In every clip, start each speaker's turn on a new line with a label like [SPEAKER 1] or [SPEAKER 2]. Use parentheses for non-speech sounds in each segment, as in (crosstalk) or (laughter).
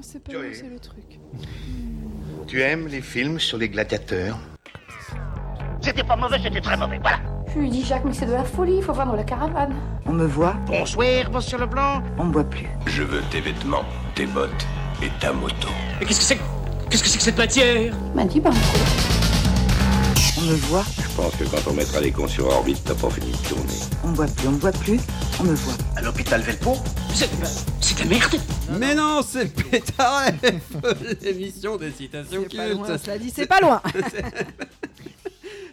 [SPEAKER 1] sait pas
[SPEAKER 2] Tu
[SPEAKER 1] où
[SPEAKER 2] es.
[SPEAKER 1] c'est le truc.
[SPEAKER 2] Tu aimes les films sur les gladiateurs
[SPEAKER 3] C'était pas mauvais, c'était très mauvais, voilà.
[SPEAKER 4] Je lui dis, Jacques, mais c'est de la folie, il faut vendre la caravane.
[SPEAKER 5] On me voit,
[SPEAKER 3] Bonsoir, monsieur Leblanc.
[SPEAKER 5] on me voit plus.
[SPEAKER 6] Je veux tes vêtements, tes bottes et ta moto.
[SPEAKER 7] Mais qu'est-ce que c'est que... Qu'est-ce que c'est que cette matière
[SPEAKER 4] Il
[SPEAKER 2] Bah,
[SPEAKER 4] m'a dit, ben,
[SPEAKER 5] On me voit,
[SPEAKER 6] Je pense que quand on mettra les cons sur orbite, t'as pas fini de tourner.
[SPEAKER 5] on me voit plus, on me voit plus, on me voit.
[SPEAKER 3] À l'hôpital Velpo
[SPEAKER 7] C'est... C'est de la merde
[SPEAKER 8] Mais non, c'est le pétard F, E, l'émission des citations
[SPEAKER 1] C'est pas loin,
[SPEAKER 8] cultes.
[SPEAKER 1] cela dit, c'est pas loin.
[SPEAKER 8] (laughs)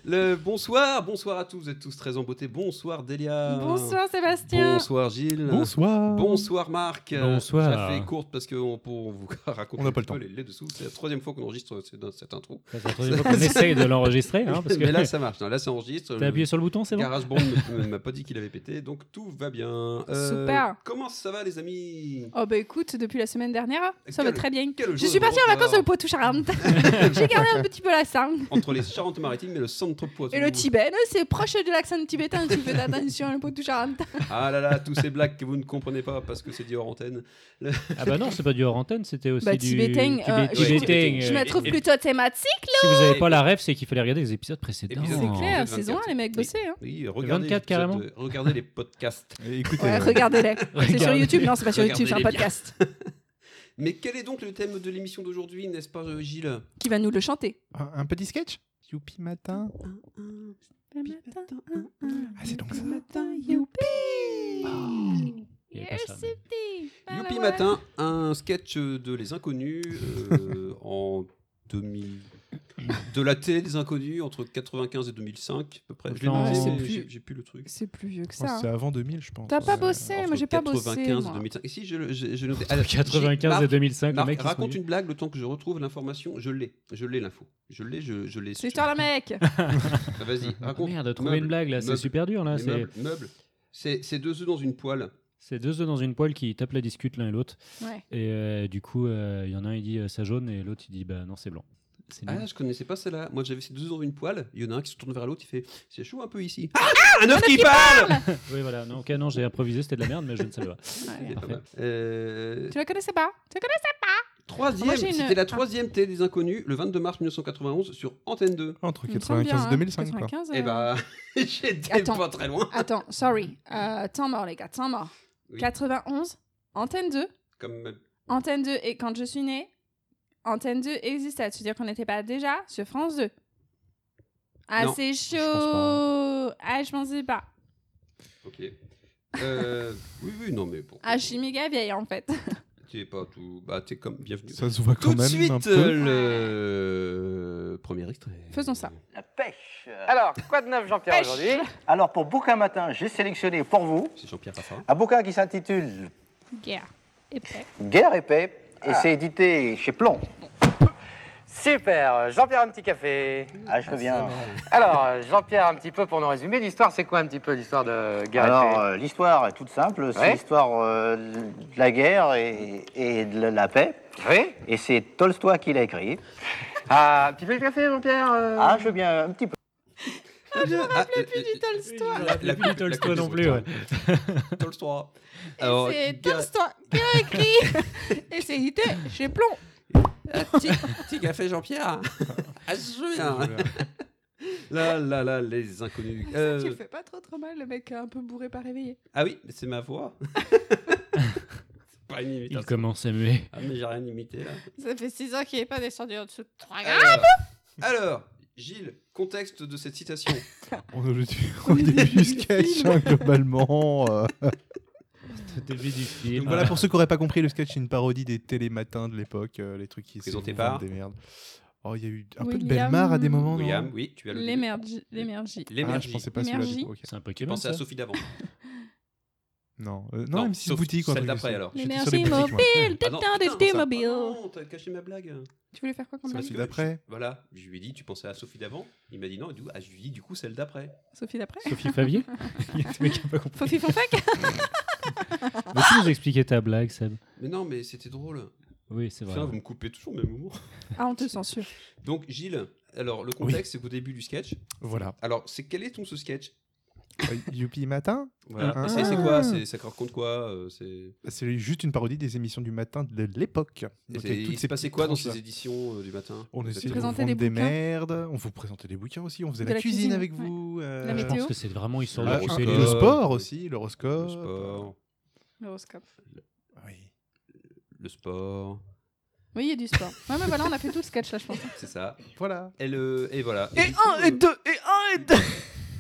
[SPEAKER 8] Le bonsoir, bonsoir à tous, vous êtes tous très emboîtés. Bonsoir Delia.
[SPEAKER 1] Bonsoir Sébastien.
[SPEAKER 8] Bonsoir Gilles.
[SPEAKER 9] Bonsoir.
[SPEAKER 8] Bonsoir Marc. Euh,
[SPEAKER 9] Bonsoir.
[SPEAKER 8] Je la fais courte parce qu'on pour vous (laughs) raconter
[SPEAKER 9] On n'a pas le
[SPEAKER 8] un peu
[SPEAKER 9] temps.
[SPEAKER 8] les, les dessous. C'est la troisième fois qu'on enregistre cette, dans cette intro.
[SPEAKER 10] C'est la troisième fois qu'on essaye de l'enregistrer, hein,
[SPEAKER 8] (laughs)
[SPEAKER 10] parce que
[SPEAKER 8] Mais
[SPEAKER 10] (laughs)
[SPEAKER 8] là, ça marche. Non, là, ça enregistre.
[SPEAKER 10] t'as appuyé sur le bouton, c'est bon
[SPEAKER 8] Garage Bond ne m'a pas dit qu'il avait pété, donc tout va bien. Euh,
[SPEAKER 1] Super.
[SPEAKER 8] Comment ça va, les amis
[SPEAKER 1] Oh bah écoute, depuis la semaine dernière, ça
[SPEAKER 8] Quel-
[SPEAKER 1] va très bien.
[SPEAKER 8] quel
[SPEAKER 1] Je
[SPEAKER 8] jour
[SPEAKER 1] suis
[SPEAKER 8] de
[SPEAKER 1] partie en
[SPEAKER 8] bonheur.
[SPEAKER 1] vacances
[SPEAKER 8] (laughs)
[SPEAKER 1] au Poitou-Charentes. J'ai gardé un petit peu la sang.
[SPEAKER 8] Entre les Charentes-Maritimes et le centre Poitou.
[SPEAKER 1] Et le Tibet, là, c'est proche de l'accent tibétain si vous faites attention, le Poitou-Charentes.
[SPEAKER 8] Ah là là, tous ces blagues que vous ne comprenez pas parce que c'est dit hors antenne.
[SPEAKER 10] Ah bah non, c'est pas du hors antenne, c'était aussi
[SPEAKER 1] Bah,
[SPEAKER 10] du
[SPEAKER 1] tibétain,
[SPEAKER 10] tibé-
[SPEAKER 1] euh,
[SPEAKER 10] tibétain,
[SPEAKER 8] je-
[SPEAKER 10] euh,
[SPEAKER 1] Je me trouve
[SPEAKER 8] et-
[SPEAKER 1] plutôt thématique.
[SPEAKER 10] Si vous n'avez pas la rêve, c'est qu'il fallait regarder les épisodes précédents.
[SPEAKER 8] Épisode
[SPEAKER 1] C'est
[SPEAKER 8] Oh.
[SPEAKER 1] clair,
[SPEAKER 8] 24.
[SPEAKER 1] saison 1, les mecs bossaient. Hein.
[SPEAKER 8] Oui, regardez
[SPEAKER 10] 24
[SPEAKER 8] l'épisode
[SPEAKER 10] carrément.
[SPEAKER 8] de- regardez les podcasts.
[SPEAKER 9] Et écoutez,
[SPEAKER 1] Ouais,
[SPEAKER 8] (laughs)
[SPEAKER 9] euh,
[SPEAKER 1] regardez-les. C'est sur
[SPEAKER 10] Regardez-les.
[SPEAKER 1] YouTube Non, c'est pas sur YouTube, c'est un
[SPEAKER 8] Regardez-les bien.
[SPEAKER 1] podcast.
[SPEAKER 8] Mais quel est donc le thème de l'émission d'aujourd'hui, n'est-ce pas, euh, Gilles
[SPEAKER 1] Qui va nous le chanter
[SPEAKER 9] un, un petit sketch Youpi matin. Ah, c'est donc ça.
[SPEAKER 10] Il y avait pas ça, mais-
[SPEAKER 1] Bah,
[SPEAKER 8] Youpi Matin, un sketch de Les Inconnus euh, en 2000. De la télé des Inconnus entre 95 et 2005, à peu près. Je l'ai
[SPEAKER 10] Non,
[SPEAKER 8] noté,
[SPEAKER 1] c'est
[SPEAKER 8] mais
[SPEAKER 1] plus-
[SPEAKER 8] j'ai- j'ai plus le truc.
[SPEAKER 1] C'est plus vieux
[SPEAKER 8] Oh,
[SPEAKER 1] que
[SPEAKER 9] Je pense
[SPEAKER 1] ça.
[SPEAKER 9] que Oh, C'est
[SPEAKER 1] hein.
[SPEAKER 9] avant 2000, je pense.
[SPEAKER 1] T'as pas
[SPEAKER 9] Euh,
[SPEAKER 1] bossé, moi
[SPEAKER 8] Entre
[SPEAKER 1] j'ai pas bossé.
[SPEAKER 8] 95 et
[SPEAKER 1] moi.
[SPEAKER 8] 2005. Et si, je le- j'ai j'ai noté. Alors,
[SPEAKER 10] Entre 95 et
[SPEAKER 8] Marc-
[SPEAKER 10] 2005, le
[SPEAKER 8] Marc,
[SPEAKER 10] mec. il se
[SPEAKER 8] raconte
[SPEAKER 10] conduit.
[SPEAKER 8] une blague le temps que je retrouve l'information. Je l'ai, je l'ai l'info. Je l'ai, je, je l'ai.
[SPEAKER 1] C'est histoire d'un mec.
[SPEAKER 8] Ah, Vas-y, raconte.
[SPEAKER 10] Merde, trouver
[SPEAKER 8] Meuble,
[SPEAKER 10] une blague là, c'est
[SPEAKER 8] meuble,
[SPEAKER 10] super dur là.
[SPEAKER 8] les
[SPEAKER 10] c'est-
[SPEAKER 8] meubles, meubles. C'est c'est deux œufs dans une poêle.
[SPEAKER 10] C'est deux œufs dans une poêle qui tapent la discute l'un et l'autre.
[SPEAKER 1] Ouais.
[SPEAKER 10] Et euh, du coup, euh, il y en a un il dit euh, ça jaune et l'autre il dit bah non, c'est blanc. C'est nul.
[SPEAKER 8] Ah, je connaissais pas celle-là. Moi, j'avais ces deux œufs dans une poêle. Il y en a un qui se tourne vers l'autre, il fait C'est chaud un peu ici. Ah, un œuf qui, parle
[SPEAKER 10] Oui, voilà. Non, ok, non, j'ai improvisé, c'était de la merde, mais je
[SPEAKER 8] (laughs)
[SPEAKER 10] ne savais pas.
[SPEAKER 8] C'était pas
[SPEAKER 10] Parfait.
[SPEAKER 8] mal. Euh,
[SPEAKER 1] Tu la connaissais pas Tu la connaissais
[SPEAKER 8] Troisième,
[SPEAKER 1] Moi, j'ai une-
[SPEAKER 8] c'était la
[SPEAKER 1] Ah.
[SPEAKER 8] troisième télé des inconnus le 22 mars 1991 sur Antenne 2.
[SPEAKER 9] Entre
[SPEAKER 1] Il me semble
[SPEAKER 9] 95
[SPEAKER 1] bien,
[SPEAKER 9] et
[SPEAKER 1] hein,
[SPEAKER 9] 2005, quoi.
[SPEAKER 1] 95,
[SPEAKER 8] Eh
[SPEAKER 1] euh,
[SPEAKER 8] bah, (laughs) j'étais
[SPEAKER 1] Attends.
[SPEAKER 8] pas très loin.
[SPEAKER 1] Attends, (coughs) sorry. Euh, temps mort, les gars, temps mort.
[SPEAKER 8] Oui.
[SPEAKER 1] 91, antenne 2.
[SPEAKER 8] Comme
[SPEAKER 1] Antenne 2, et quand je suis née, antenne 2 existait. C'est-à-dire qu'on n'était pas déjà sur France 2. Ah,
[SPEAKER 8] Non,
[SPEAKER 1] c'est
[SPEAKER 10] pense pas.
[SPEAKER 1] chaud. Ah, je pensais pas.
[SPEAKER 8] Ok. Euh, (laughs) oui, oui, non, mais bon.
[SPEAKER 1] Ah, je suis méga vieille en fait.
[SPEAKER 8] Tu es pas tout. Bah, t'es comme. Bienvenue.
[SPEAKER 9] Ça se voit quand
[SPEAKER 8] Tout de
[SPEAKER 9] même un
[SPEAKER 8] suite,
[SPEAKER 9] peu.
[SPEAKER 8] euh, le premier extrait.
[SPEAKER 1] Faisons ça.
[SPEAKER 3] La pêche.
[SPEAKER 7] Alors, quoi de neuf, Jean-Pierre,
[SPEAKER 1] Pêche.
[SPEAKER 7] aujourd'hui
[SPEAKER 3] Alors, pour Bouquin Matin, j'ai sélectionné pour vous
[SPEAKER 8] C'est Jean-Pierre Raffarin.
[SPEAKER 3] un bouquin qui s'intitule
[SPEAKER 1] Guerre. Épais.
[SPEAKER 3] Guerre et paix, et c'est édité chez Plomb.
[SPEAKER 7] Super, Jean-Pierre, un petit café.
[SPEAKER 3] Ah, je veux bien.
[SPEAKER 7] Alors, Jean-Pierre, un petit peu pour nous résumer, l'histoire, c'est quoi un petit peu l'histoire de Guerre
[SPEAKER 3] Alors, euh, l'histoire est toute simple, c'est
[SPEAKER 7] Ouais.
[SPEAKER 3] l'histoire euh, de la guerre et, et de la paix,
[SPEAKER 2] euh,
[SPEAKER 7] Oui
[SPEAKER 3] et c'est Tolstoï qui l'a écrit.
[SPEAKER 7] Ah, un petit peu de café, Jean-Pierre euh
[SPEAKER 3] Ah, je veux bien un petit peu.
[SPEAKER 8] Ah, je me rappelais plus du
[SPEAKER 10] Tolstoy. Je me rappelais plus du Tolstoy non plus, ouais.
[SPEAKER 8] (laughs) Tolstoy. Alors,
[SPEAKER 1] C'est
[SPEAKER 8] gars-
[SPEAKER 1] Tolstoy qui a écrit. (laughs) et c'est édité chez Plomb. Euh, (laughs)
[SPEAKER 8] Petit petit café (laughs) Jean-Pierre. Ah, je viens. Là, là, là, les inconnus. Euh,
[SPEAKER 1] Tu le fais pas trop trop mal, le mec un peu bourré pas réveillé.
[SPEAKER 8] ah oui, c'est ma voix. (laughs) c'est pas une imitation.
[SPEAKER 10] Il commence à muer. (laughs)
[SPEAKER 8] Ah, mais j'ai rien imité là.
[SPEAKER 1] Ça fait 6 ans qu'il est pas descendu en dessous de 3
[SPEAKER 8] Alors, alors, Gilles, contexte de cette citation.
[SPEAKER 9] On a le
[SPEAKER 1] (laughs)
[SPEAKER 9] au début du sketch, hein, globalement. euh.
[SPEAKER 10] Au début du film.
[SPEAKER 9] Donc voilà, pour ceux qui n'auraient pas compris, le sketch, c'est une parodie des télématins de l'époque, euh, les trucs qui se
[SPEAKER 8] Présenté
[SPEAKER 9] vendent
[SPEAKER 8] par-
[SPEAKER 9] des merdes. Oh, il y a eu un peu de
[SPEAKER 1] William-
[SPEAKER 9] Belmar à des
[SPEAKER 10] Oh,
[SPEAKER 9] moments, non
[SPEAKER 8] William, oui, tu as le. début.
[SPEAKER 1] L'émergie. L'émergie.
[SPEAKER 9] Ah,
[SPEAKER 8] L'émergie.
[SPEAKER 9] je pensais pas à celui-là. du
[SPEAKER 1] L'émergie.
[SPEAKER 9] coup, ok.
[SPEAKER 10] C'est un
[SPEAKER 8] Je
[SPEAKER 10] Pokémon.
[SPEAKER 8] pensais à
[SPEAKER 10] Ça.
[SPEAKER 8] Sophie d'avant.
[SPEAKER 9] Non, euh, non, M6
[SPEAKER 8] sauf
[SPEAKER 9] Boutique. ou un
[SPEAKER 8] Celle
[SPEAKER 9] truc du
[SPEAKER 8] d'après
[SPEAKER 9] style.
[SPEAKER 8] alors.
[SPEAKER 9] J'étais sur les
[SPEAKER 1] L'émergie
[SPEAKER 9] boutiques, moi.
[SPEAKER 1] mobile.
[SPEAKER 8] Ah non,
[SPEAKER 1] Putain
[SPEAKER 8] putain,
[SPEAKER 1] de
[SPEAKER 8] ça- Ah
[SPEAKER 1] mobile.
[SPEAKER 8] Non, t'as caché ma blague.
[SPEAKER 1] Tu voulais faire quoi comme
[SPEAKER 8] C'est
[SPEAKER 1] blague
[SPEAKER 8] parce
[SPEAKER 9] Celui
[SPEAKER 8] que-
[SPEAKER 9] d'après.
[SPEAKER 8] Voilà, je lui ai dit, tu pensais à Sophie d'avant. Il m'a dit non, et du coup, ah, je lui ai dit, du coup, celle d'après.
[SPEAKER 1] Sophie d'après
[SPEAKER 10] Sophie Favier Il y a ce mec qui a pas compris.
[SPEAKER 1] Fofi Fonfac
[SPEAKER 8] (laughs)
[SPEAKER 10] Mais tu nous expliquais ta blague, Seb.
[SPEAKER 8] Mais non, mais c'était drôle.
[SPEAKER 10] Oui, c'est vrai.
[SPEAKER 8] Putain, vous me coupez toujours au même moment.
[SPEAKER 1] Ah, on te censure.
[SPEAKER 8] Donc, Gilles, alors le contexte, c'est qu'au début du sketch.
[SPEAKER 9] Voilà.
[SPEAKER 8] Alors, c'est quel est ton ce sketch
[SPEAKER 9] Euh, Youpi Matin,
[SPEAKER 8] Voilà.
[SPEAKER 9] Ah.
[SPEAKER 8] Et C'est c'est quoi C'est- Ça raconte quoi euh, c'est-
[SPEAKER 9] c'est juste une parodie des émissions du matin de l'époque.
[SPEAKER 8] et
[SPEAKER 9] Donc,
[SPEAKER 8] c'est-
[SPEAKER 9] avec toutes
[SPEAKER 8] Il se
[SPEAKER 9] ces
[SPEAKER 8] passait
[SPEAKER 9] petites
[SPEAKER 8] quoi dans
[SPEAKER 9] tranches-là.
[SPEAKER 8] ces éditions euh, du matin
[SPEAKER 9] On essayait de vous
[SPEAKER 8] Exactement.
[SPEAKER 1] présenter
[SPEAKER 9] vendre
[SPEAKER 1] des
[SPEAKER 9] des,
[SPEAKER 1] bouquins.
[SPEAKER 9] merdes, on vous présentait des bouquins aussi, on faisait
[SPEAKER 1] De
[SPEAKER 9] la,
[SPEAKER 1] la
[SPEAKER 9] cuisine,
[SPEAKER 1] cuisine,
[SPEAKER 9] avec
[SPEAKER 1] ouais.
[SPEAKER 9] vous. euh,
[SPEAKER 1] La
[SPEAKER 10] Je
[SPEAKER 1] météo.
[SPEAKER 10] pense que c'est vraiment histoire de
[SPEAKER 9] ah,
[SPEAKER 8] l'horoscope.
[SPEAKER 9] et
[SPEAKER 10] repeller.
[SPEAKER 9] le sport
[SPEAKER 8] euh,
[SPEAKER 9] aussi,
[SPEAKER 8] Le
[SPEAKER 9] l'horoscope. Ah
[SPEAKER 8] sport.
[SPEAKER 1] L'horoscope.
[SPEAKER 9] Oui.
[SPEAKER 8] Le sport.
[SPEAKER 1] Oui, il y a du sport. Ouais, mais voilà, on a fait tout le sketch là, je pense.
[SPEAKER 8] C'est ça.
[SPEAKER 9] Voilà.
[SPEAKER 8] Et, le- et voilà.
[SPEAKER 5] Et
[SPEAKER 8] du coup, euh,
[SPEAKER 5] un, et deux, et un, et deux.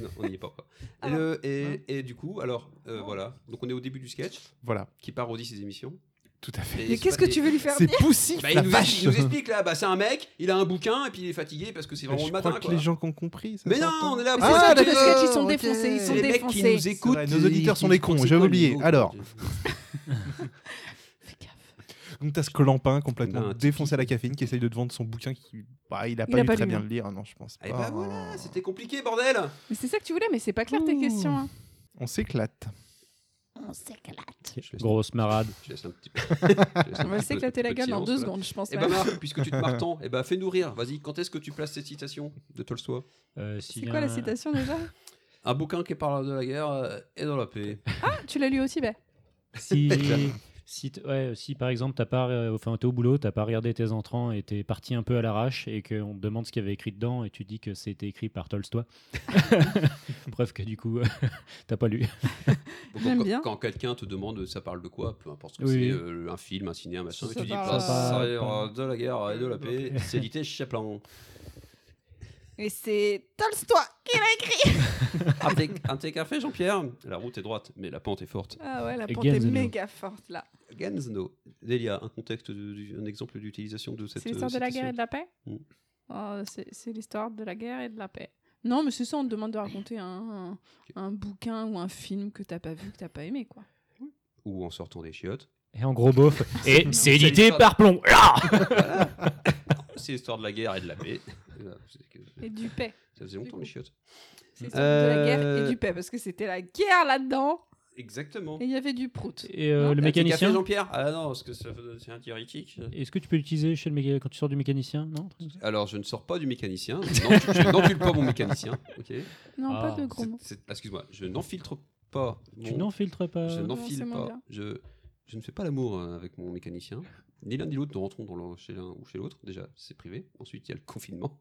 [SPEAKER 8] Non, on n'y est pas. encore.
[SPEAKER 1] Ah.
[SPEAKER 8] Le- et, et du coup, alors, euh,
[SPEAKER 5] Oh.
[SPEAKER 8] voilà. Donc, on est au début du sketch
[SPEAKER 9] Voilà,
[SPEAKER 8] qui parodie ces émissions.
[SPEAKER 9] tout à fait.
[SPEAKER 8] Et
[SPEAKER 5] Mais
[SPEAKER 8] c'est
[SPEAKER 5] qu'est-ce
[SPEAKER 8] pas-
[SPEAKER 5] que tu veux lui faire
[SPEAKER 9] C'est poussif,
[SPEAKER 8] Bah, il,
[SPEAKER 9] la
[SPEAKER 8] nous,
[SPEAKER 9] vache
[SPEAKER 8] il nous explique là, bah, c'est un mec, il a un bouquin et puis il est fatigué parce que c'est vraiment
[SPEAKER 9] Bah, Je
[SPEAKER 8] le matin.
[SPEAKER 9] crois que
[SPEAKER 8] quoi.
[SPEAKER 9] les gens qui ont compris. ça
[SPEAKER 8] Mais non,
[SPEAKER 9] s'entend.
[SPEAKER 8] on est là.
[SPEAKER 9] Mais
[SPEAKER 8] pour-
[SPEAKER 9] c'est ça,
[SPEAKER 8] Ah,
[SPEAKER 9] tous les
[SPEAKER 8] d'accord,
[SPEAKER 9] sketchs, ils
[SPEAKER 5] sont
[SPEAKER 8] ok.
[SPEAKER 5] défoncés, ils sont
[SPEAKER 8] C'est les mecs qui
[SPEAKER 5] défoncés.
[SPEAKER 8] nous
[SPEAKER 5] C'est
[SPEAKER 8] écoutent.
[SPEAKER 9] vrai, nos auditeurs
[SPEAKER 8] ils-
[SPEAKER 9] sont des
[SPEAKER 8] ils
[SPEAKER 9] cons,
[SPEAKER 8] pensent
[SPEAKER 9] j'avais
[SPEAKER 8] quoi,
[SPEAKER 9] oublié.
[SPEAKER 8] les gens
[SPEAKER 9] Alors.
[SPEAKER 1] Fais gaffe.
[SPEAKER 9] Donc t'as ce clampin complètement
[SPEAKER 8] Non, Tipeee.
[SPEAKER 9] défoncé à la caféine qui essaye de te vendre son bouquin qui bah, il a pas
[SPEAKER 5] a
[SPEAKER 9] eu
[SPEAKER 5] pas
[SPEAKER 9] très
[SPEAKER 5] lu,
[SPEAKER 9] bien
[SPEAKER 5] hein.
[SPEAKER 9] le lire, non je pense pas.
[SPEAKER 8] Eh bah voilà, c'était compliqué, bordel
[SPEAKER 1] Mais c'est ça que tu voulais, mais c'est pas clair tes
[SPEAKER 9] Ouh.
[SPEAKER 1] questions. hein.
[SPEAKER 9] On s'éclate.
[SPEAKER 10] Grosse marade.
[SPEAKER 8] Je laisse un petit (laughs)
[SPEAKER 1] On va s'éclater la gueule en deux secondes, je pense.
[SPEAKER 8] Et bah
[SPEAKER 1] même.
[SPEAKER 8] Marc, puisque tu te marres tant, eh bah fais-nous rire. Vas-y, quand est-ce que tu places cette citation de Tolstoy
[SPEAKER 10] Euh, s'il
[SPEAKER 1] c'est
[SPEAKER 10] y a
[SPEAKER 1] quoi la
[SPEAKER 10] un-
[SPEAKER 1] citation déjà
[SPEAKER 8] Un bouquin qui parle de la guerre euh, et de la paix.
[SPEAKER 1] Ah, tu l'as lu aussi, ben.
[SPEAKER 10] Si, si, t- ouais, si par exemple t'as pas, euh, enfin t'es au boulot, t'as pas regardé tes entrants et t'es parti un peu à l'arrache et qu'on te demande ce qu'il y avait écrit dedans et tu dis que c'était écrit par Tolstoy. (laughs) Preuve que du coup (laughs) t'as pas lu.
[SPEAKER 8] Donc,
[SPEAKER 1] J'aime
[SPEAKER 8] quand,
[SPEAKER 1] bien.
[SPEAKER 8] quand quelqu'un te demande ça parle de quoi, peu importe ce que
[SPEAKER 10] Oui,
[SPEAKER 8] c'est,
[SPEAKER 10] oui.
[SPEAKER 8] euh, un film, un ciné, un machin,
[SPEAKER 1] Ça
[SPEAKER 8] et tu dis
[SPEAKER 1] parle-
[SPEAKER 8] bah, ça
[SPEAKER 10] Ça
[SPEAKER 8] rire
[SPEAKER 10] parle-
[SPEAKER 8] de la guerre et de la paix,
[SPEAKER 1] (laughs)
[SPEAKER 8] c'est Dité Chaplin.
[SPEAKER 5] Et c'est Tolstoy qui l'a écrit.
[SPEAKER 8] Un thé- un thé café, Jean-Pierre La route est droite, mais la pente est forte.
[SPEAKER 1] Ah ouais, la
[SPEAKER 10] Et
[SPEAKER 1] pente est
[SPEAKER 10] Gainsbourg.
[SPEAKER 1] méga forte là.
[SPEAKER 8] Gainsno. Delia, un contexte, de- du- un exemple d'utilisation de cette
[SPEAKER 1] C'est l'histoire de la guerre et de la paix
[SPEAKER 8] Mm.
[SPEAKER 1] Oh, c'est- C'est l'histoire de la guerre et de la paix. Non, mais c'est ça, on te demande de raconter un, un, un bouquin ou un film que t'as pas vu, que t'as pas aimé, quoi.
[SPEAKER 8] Ou en sortant des chiottes.
[SPEAKER 10] Et en gros beauf. (laughs) Et c'est
[SPEAKER 8] C'est
[SPEAKER 10] édité
[SPEAKER 8] l'histoire-
[SPEAKER 10] par plomb.
[SPEAKER 8] C'est l'histoire de la guerre et de la
[SPEAKER 1] (laughs)
[SPEAKER 8] paix. Voilà, c'est que-
[SPEAKER 1] Et du paix.
[SPEAKER 8] Ça faisait longtemps les chiottes.
[SPEAKER 1] C'est l'histoire de la guerre
[SPEAKER 8] Euh,
[SPEAKER 1] et du paix, parce que c'était la guerre là-dedans,
[SPEAKER 8] Exactement.
[SPEAKER 1] et il y avait du prout.
[SPEAKER 10] Et euh,
[SPEAKER 1] Non,
[SPEAKER 10] le
[SPEAKER 8] Un thé café,
[SPEAKER 10] mécanicien.
[SPEAKER 8] Jean-Pierre Ah non, parce que ça- c'est un diurétique.
[SPEAKER 10] Est-ce que tu peux l'utiliser chez le méca- quand tu sors du mécanicien Non.
[SPEAKER 8] Alors, je ne sors pas du mécanicien. Non, tu- je n'encule pas mon mécanicien. Ok.
[SPEAKER 1] Non,
[SPEAKER 10] Ah,
[SPEAKER 1] pas de gros
[SPEAKER 8] C'est-
[SPEAKER 1] mots.
[SPEAKER 8] c'est- Excuse-moi, je n'enfiltre pas.
[SPEAKER 10] Tu
[SPEAKER 8] mon-
[SPEAKER 10] n'enfiltres pas.
[SPEAKER 8] Je
[SPEAKER 1] Non, c'est
[SPEAKER 8] n'enfile
[SPEAKER 1] moins
[SPEAKER 8] pas.
[SPEAKER 1] bien.
[SPEAKER 8] Je, je ne fais pas l'amour euh, avec mon mécanicien. Ni l'un ni l'autre ne rentrons dans le- chez l'un ou chez l'autre. Déjà, c'est privé. Ensuite, il y a le confinement.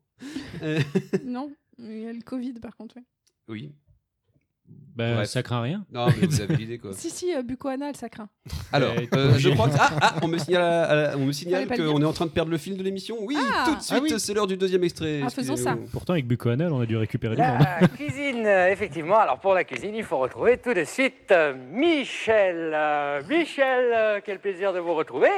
[SPEAKER 8] Euh,
[SPEAKER 1] non, il y a le Covid par contre. oui.
[SPEAKER 8] oui.
[SPEAKER 10] Bah,
[SPEAKER 8] Bref.
[SPEAKER 10] ça craint rien.
[SPEAKER 8] Non, mais vous avez l'idée, quoi.
[SPEAKER 1] (laughs) Si, si, euh, bucco-anal, ça craint.
[SPEAKER 8] Alors,
[SPEAKER 10] Euh,
[SPEAKER 8] euh, je
[SPEAKER 10] oui.
[SPEAKER 8] crois que. Ah, ah, on me signale, à- à- on me signale
[SPEAKER 1] Fallait pas le
[SPEAKER 8] qu'on
[SPEAKER 1] dire.
[SPEAKER 8] est en train de perdre le fil de l'émission. Oui,
[SPEAKER 1] Ah,
[SPEAKER 8] tout de suite,
[SPEAKER 9] ah oui.
[SPEAKER 8] c'est l'heure du deuxième extrait.
[SPEAKER 1] Ah, faisons ça.
[SPEAKER 8] Excusez-nous.
[SPEAKER 10] Pourtant avec Buccoanal on a dû récupérer du monde.
[SPEAKER 7] La cuisine, euh, effectivement. Alors pour la cuisine, il faut retrouver tout de suite euh, Michel. Euh, Michel, euh, quel plaisir de vous retrouver.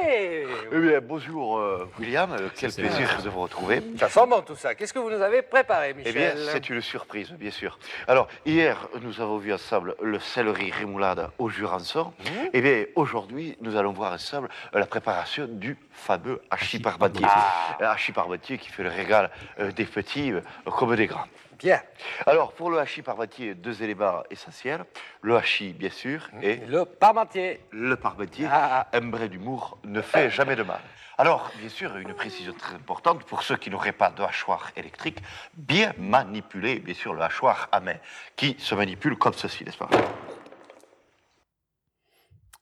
[SPEAKER 2] Eh bien, bonjour, euh, William. Euh, Quel
[SPEAKER 8] c'est
[SPEAKER 2] plaisir de vous retrouver.
[SPEAKER 7] Ça sent bon tout ça. Qu'est-ce que vous nous avez préparé,
[SPEAKER 2] Eh
[SPEAKER 7] Michel
[SPEAKER 2] bien, c'est une surprise, bien sûr. Alors, hier, nous avons vu ensemble le céleri rémoulade au Jurançon.
[SPEAKER 7] Hmm
[SPEAKER 2] Eh bien, aujourd'hui, nous allons voir ensemble euh, la préparation du fameux hachis parmentier.
[SPEAKER 7] Ah,
[SPEAKER 2] Un hachis parmentier qui fait le régal euh, des petits euh, comme des grands.
[SPEAKER 7] bien.
[SPEAKER 2] Alors, pour le hachis parmentier, deux éléments essentiels. Le hachis, bien sûr, et
[SPEAKER 7] Le parmentier.
[SPEAKER 2] le parmentier.
[SPEAKER 7] Ah,
[SPEAKER 2] Un brin d'humour ne fait jamais de mal. Alors, bien sûr, une précision très importante pour ceux qui n'auraient pas de hachoir électrique, bien manipuler, bien sûr, le hachoir à main, qui se manipule comme ceci, n'est-ce pas